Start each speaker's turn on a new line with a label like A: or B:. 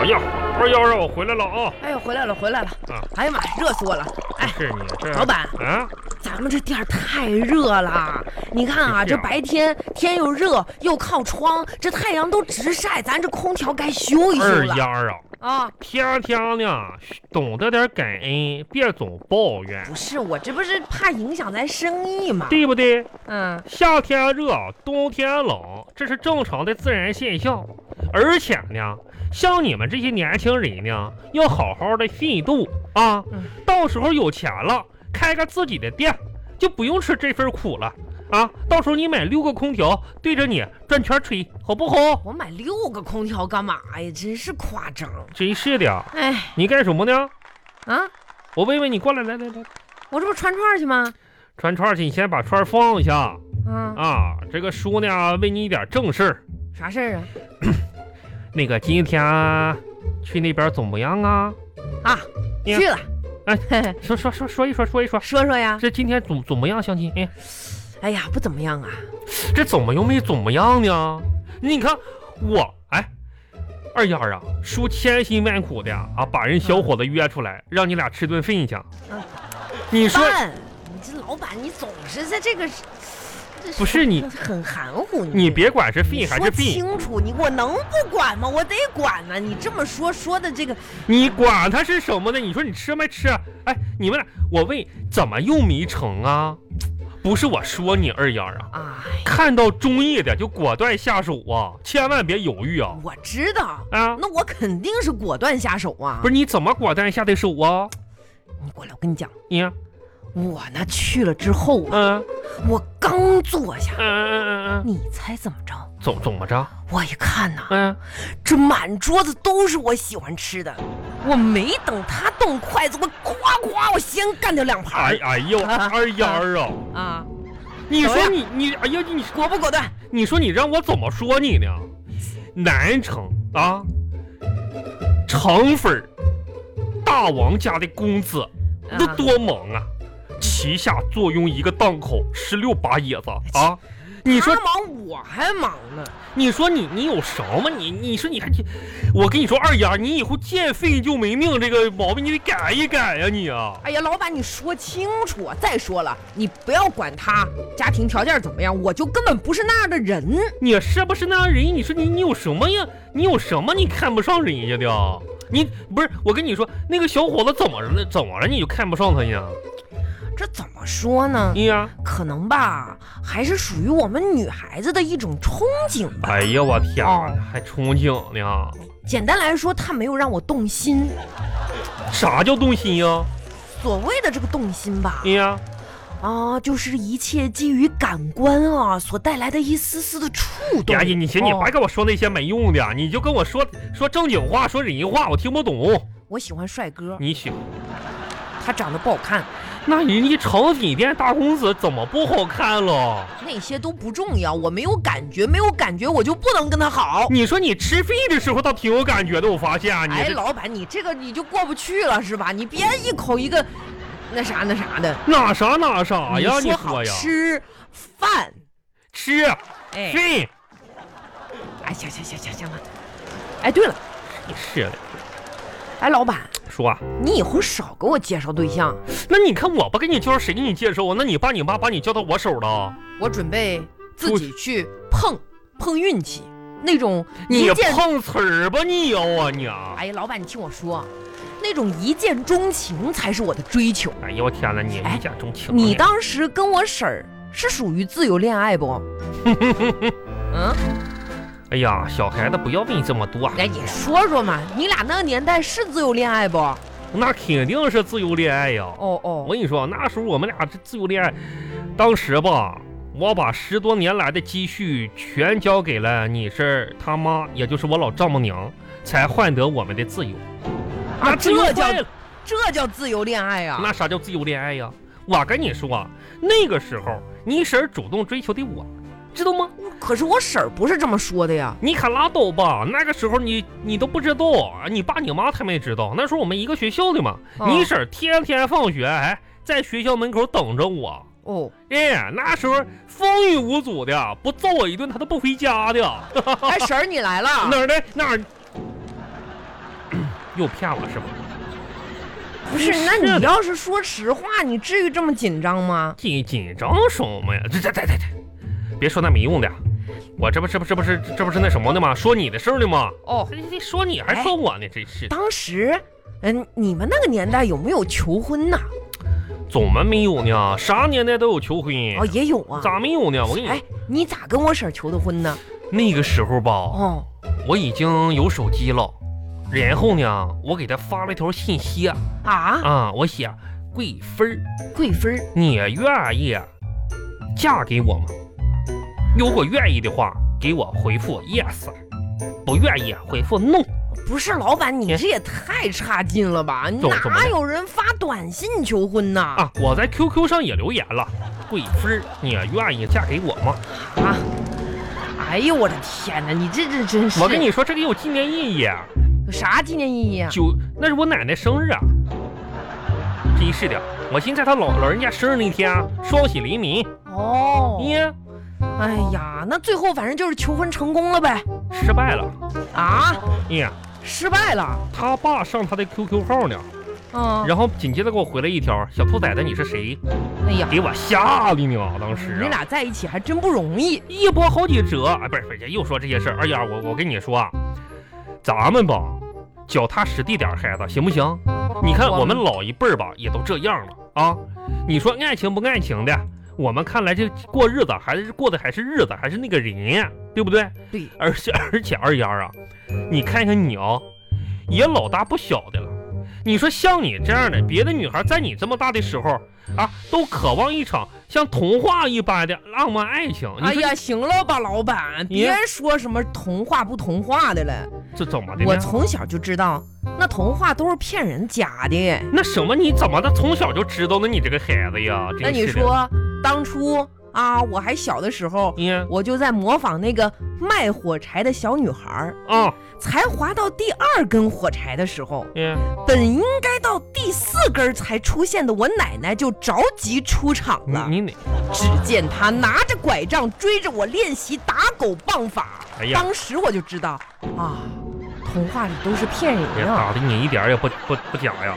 A: 哎妖让我回来了啊！
B: 哎呦，回来了，回来了！
A: 啊
B: 哎呀妈，热死我了！哎，
A: 是你这
B: 老板
A: 啊？
B: 咱们这店儿太热了，你看啊，
A: 是
B: 这
A: 啊
B: 白天天又热又靠窗，这太阳都直晒，咱这空调该修一修
A: 二
B: 了
A: 丫啊，
B: 啊！
A: 天天呢懂得点感恩，别总抱怨，
B: 不是，我这不是怕影响咱生意嘛？
A: 对不对？
B: 嗯，
A: 夏天热，冬天冷，这是正常的自然现象。而且呢，像你们这些年轻人呢，要好好的奋斗啊
B: 嗯！
A: 到时候有钱了，开个自己的店，就不用吃这份苦了啊！到时候你买六个空调，对着你转圈吹，好不好？
B: 我买六个空调干嘛呀？真是夸张！
A: 真是的，
B: 哎
A: 你干什么呢？
B: 啊，
A: 我问问你，过来，来来来，
B: 我这不串串去吗？
A: 串串去，你先把串放下
B: 啊，
A: 啊！这个叔呢，问你一点正事儿。
B: 啥事儿啊？
A: 那个今天去那边怎么样啊？
B: 啊，
A: 呀
B: 去了。
A: 哎
B: 嘿，
A: 说说说说一说说一说，
B: 说说呀。
A: 这今天怎怎么样相亲？哎，
B: 哎呀，不怎么样啊。
A: 这怎么又没怎么样呢？你看我哎，二丫啊，叔千辛万苦的啊，把人小伙子约出来，让你俩吃顿饭去
B: 嗯。
A: 你说
B: 蛋，你这老板，你总是在这个，这
A: 不是你
B: 很含糊。
A: 你别管是
B: 你
A: 饭还
B: 说
A: 是病，
B: 清楚，你我能不管吗？我得管呢、你这么说说的这个，
A: 你管他是什么呢？你说你吃没吃？哎，你们俩，我问怎么又没成啊？不是我说你二丫啊，
B: 哎，
A: 看到中意的就果断下手啊，千万别犹豫啊
B: 我知道，
A: 啊！
B: 那我肯定是果断下手啊。
A: 不是你怎么果断下的手啊？
B: 你过来，我跟你讲，
A: 你
B: 我呢去了之后啊，
A: 嗯
B: 我刚坐下
A: 嗯，嗯嗯嗯，
B: 你猜怎么着？
A: 怎怎么着？
B: 我一看呐、
A: 嗯，
B: 这满桌子都是我喜欢吃的，我没等他动筷子，我夸夸我先干掉两盘
A: 哎
B: 儿、
A: 哎呦，二丫儿啊，
B: 啊，
A: 你
B: 怎么
A: 说
B: 样
A: 你你哎呀你
B: 果不果断？
A: 你说你让我怎么说你呢？南城啊，肠粉儿，大王家的公子那
B: 啊
A: 多忙啊，旗下坐拥一个档口十六把椅子啊，你说
B: 他忙我还忙呢，
A: 你说你你有什么？你你说你还去？我跟你说，二丫，你以后见废就没命这个毛病，你得改一改呀、你啊！
B: 哎呀，老板，你说清楚啊！再说了，你不要管他家庭条件怎么样，我就根本不是那样的人。
A: 你是不是那样人？你说你你有什么呀？你有什么你看不上人家的啊？你不是我跟你说，那个小伙子怎么了？怎么了？你就看不上他呀？
B: 这怎么说呢？
A: 你呀、
B: 可能吧，还是属于我们女孩子的一种憧憬吧。
A: 哎呀，我天哪，还憧憬呢？
B: 简单来说，他没有让我动心。
A: 啥叫动心呀？
B: 所谓的这个动心吧，
A: 你呀、
B: 啊，就是一切基于感官啊所带来的一丝丝的触动。
A: 呀呀，你行，你
B: 哦
A: 别跟我说那些没用的，你就跟我说说正经话，说人话，我听不懂。
B: 我喜欢帅哥，
A: 你喜欢
B: 他长得不好看，
A: 那人家成品店大公子怎么不好看了？
B: 那些都不重要，我没有感觉，没有感觉我就不能跟他好。
A: 你说你吃饭的时候倒挺有感觉的，我发现啊你
B: 哎，
A: 这
B: 老板，你这个你就过不去了是吧？你别一口一个那啥那啥的。
A: 哪啥哪啥哎呀？你
B: 说好
A: 说呀，
B: 吃饭，
A: 吃
B: 哎，
A: 睡，
B: 哎，行行行行行了。哎，对了，
A: 你是的，
B: 哎，老板，
A: 说啊，
B: 你以后少给我介绍对象，
A: 那你看我不给你介绍，谁给你介绍啊？那你爸你妈把你叫到我手了？
B: 我准备自
A: 出
B: 己去碰碰运气，那种
A: 你
B: 一见，
A: 碰瓷儿吧你要啊你啊！
B: 哎呀，老板，你听我说，那种一见钟情才是我的追求。
A: 哎呦我天哪，你
B: 哎
A: 一见钟情，
B: 你当时跟我婶儿是属于自由恋 爱不？嗯，
A: 哎呀，小孩子不要问这么多，啊
B: 哎，你说说嘛，你俩那个年代是自由恋爱不？哦
A: 那肯定是自由恋爱呀。我
B: 哦，
A: 跟你说，那时候我们俩这自由恋爱，当时吧，我把十多年来的积蓄全交给了你是他妈，也就是我老丈母娘，才换得我们的自由。那自由
B: 啊这叫
A: 坏了
B: 这叫自由恋爱啊！
A: 那啥叫自由恋爱呀？我跟你说啊，那个时候你婶儿主动追求的我，知道吗？
B: 可是我婶儿不是这么说的呀。
A: 你可拉倒吧，那个时候你你都不知道，你爸你妈他们也知道。那时候我们一个学校的嘛，
B: 哦
A: 你婶儿天天放学哎，在学校门口等着我。
B: 哦，
A: 哎，那时候风雨无阻的，不揍我一顿他都不
B: 啊
A: 回家的。
B: 哎，婶儿你来了，
A: 哪儿的哪儿？ 又骗我是吧？
B: 不是，那
A: 是的
B: 你要是说实话，你至于这么紧张吗？
A: 紧紧张什么呀？这这这这这，别说那没用的，我这不这不这不是这不是那什么呢吗？说你的事儿呢吗？
B: 哦，
A: 这这说你还说我呢，真是的，
B: 当时，嗯，你们那个年代有没有求婚呐？哦
A: 怎么没有呢？啥年代都有求婚，
B: 哦，也有啊。
A: 咋没有呢？我跟你
B: 哎，你咋跟我婶儿求的婚呢？
A: 那个时候吧，
B: 哦，
A: 我已经有手机了，然后呢，我给他发了一条信息啊，
B: 啊，
A: 啊我写贵妃儿，
B: 贵妃儿
A: 你愿意嫁给我吗？如果愿意的话，给我回复 yes；不愿意回复 no。
B: 不是老板，你
A: 哎
B: 这也太差劲了吧？
A: 啊怎么怎么
B: 哪
A: 了
B: 有人发短信求婚呐？
A: 啊，我在 QQ 上也留言了，贵妃儿，你愿意嫁给我吗？
B: 啊！哎呦我的天哪，你这这真是
A: 我跟你说，这个有纪念意义啊，
B: 有啥纪念意义啊？
A: 九那是我奶奶生日啊，真是的，我寻思在她老老人家生日那天啊，双喜临门，
B: 哦，
A: 耶，
B: 哎呀，那最后反正就是求婚成功了呗？
A: 失败了，
B: 啊，
A: 耶，
B: 失败了？
A: 他爸上他的 QQ 号呢，
B: 嗯，
A: 然后紧接着给我回了一条，小兔崽子你是谁？
B: 哎呀，
A: 给我吓的呢，当时
B: 你
A: 啊。
B: 俩在一起还真不容易。
A: 一波好几折啊！不是不是，又说这些事儿。哎呀，我我跟你说啊，咱们吧，脚踏实地点儿，孩子行不行？你看
B: 我
A: 我们老一辈儿吧，也都这样了啊。你说爱情不爱情的，我们看来这过日子还是过的还是日子，还是那个人呀，对不对？
B: 对。
A: 而且 而且二丫啊，你看看你啊，也老大不小的了。你说像你这样的，别的女孩在你这么大的时候啊，都渴望一场像童话一般的浪漫爱情。你说
B: 哎呀，行了吧，老板，
A: 你
B: 别说什么童话不童话的了。
A: 这怎么的
B: 我
A: 呢？
B: 从小就知道，那童话都是骗人假的。
A: 那什么，你怎么的从小就知道呢？你这个孩子呀，真
B: 那你
A: 是的，
B: 说，当初啊，我还小的时候，
A: 你啊
B: 我就在模仿那个卖火柴的小女孩儿。
A: 啊，
B: 才划到第二根火柴的时候，
A: 你
B: 本应该到第四根才出现的我奶奶就着急出场
A: 你
B: 了。
A: 你哪？
B: 只见她拿着拐杖追着我练习打狗棒法，
A: 哎呀，
B: 当时我就知道啊，童话里都是骗人
A: 别
B: 啊。
A: 哎打的你一点儿也不不不假呀！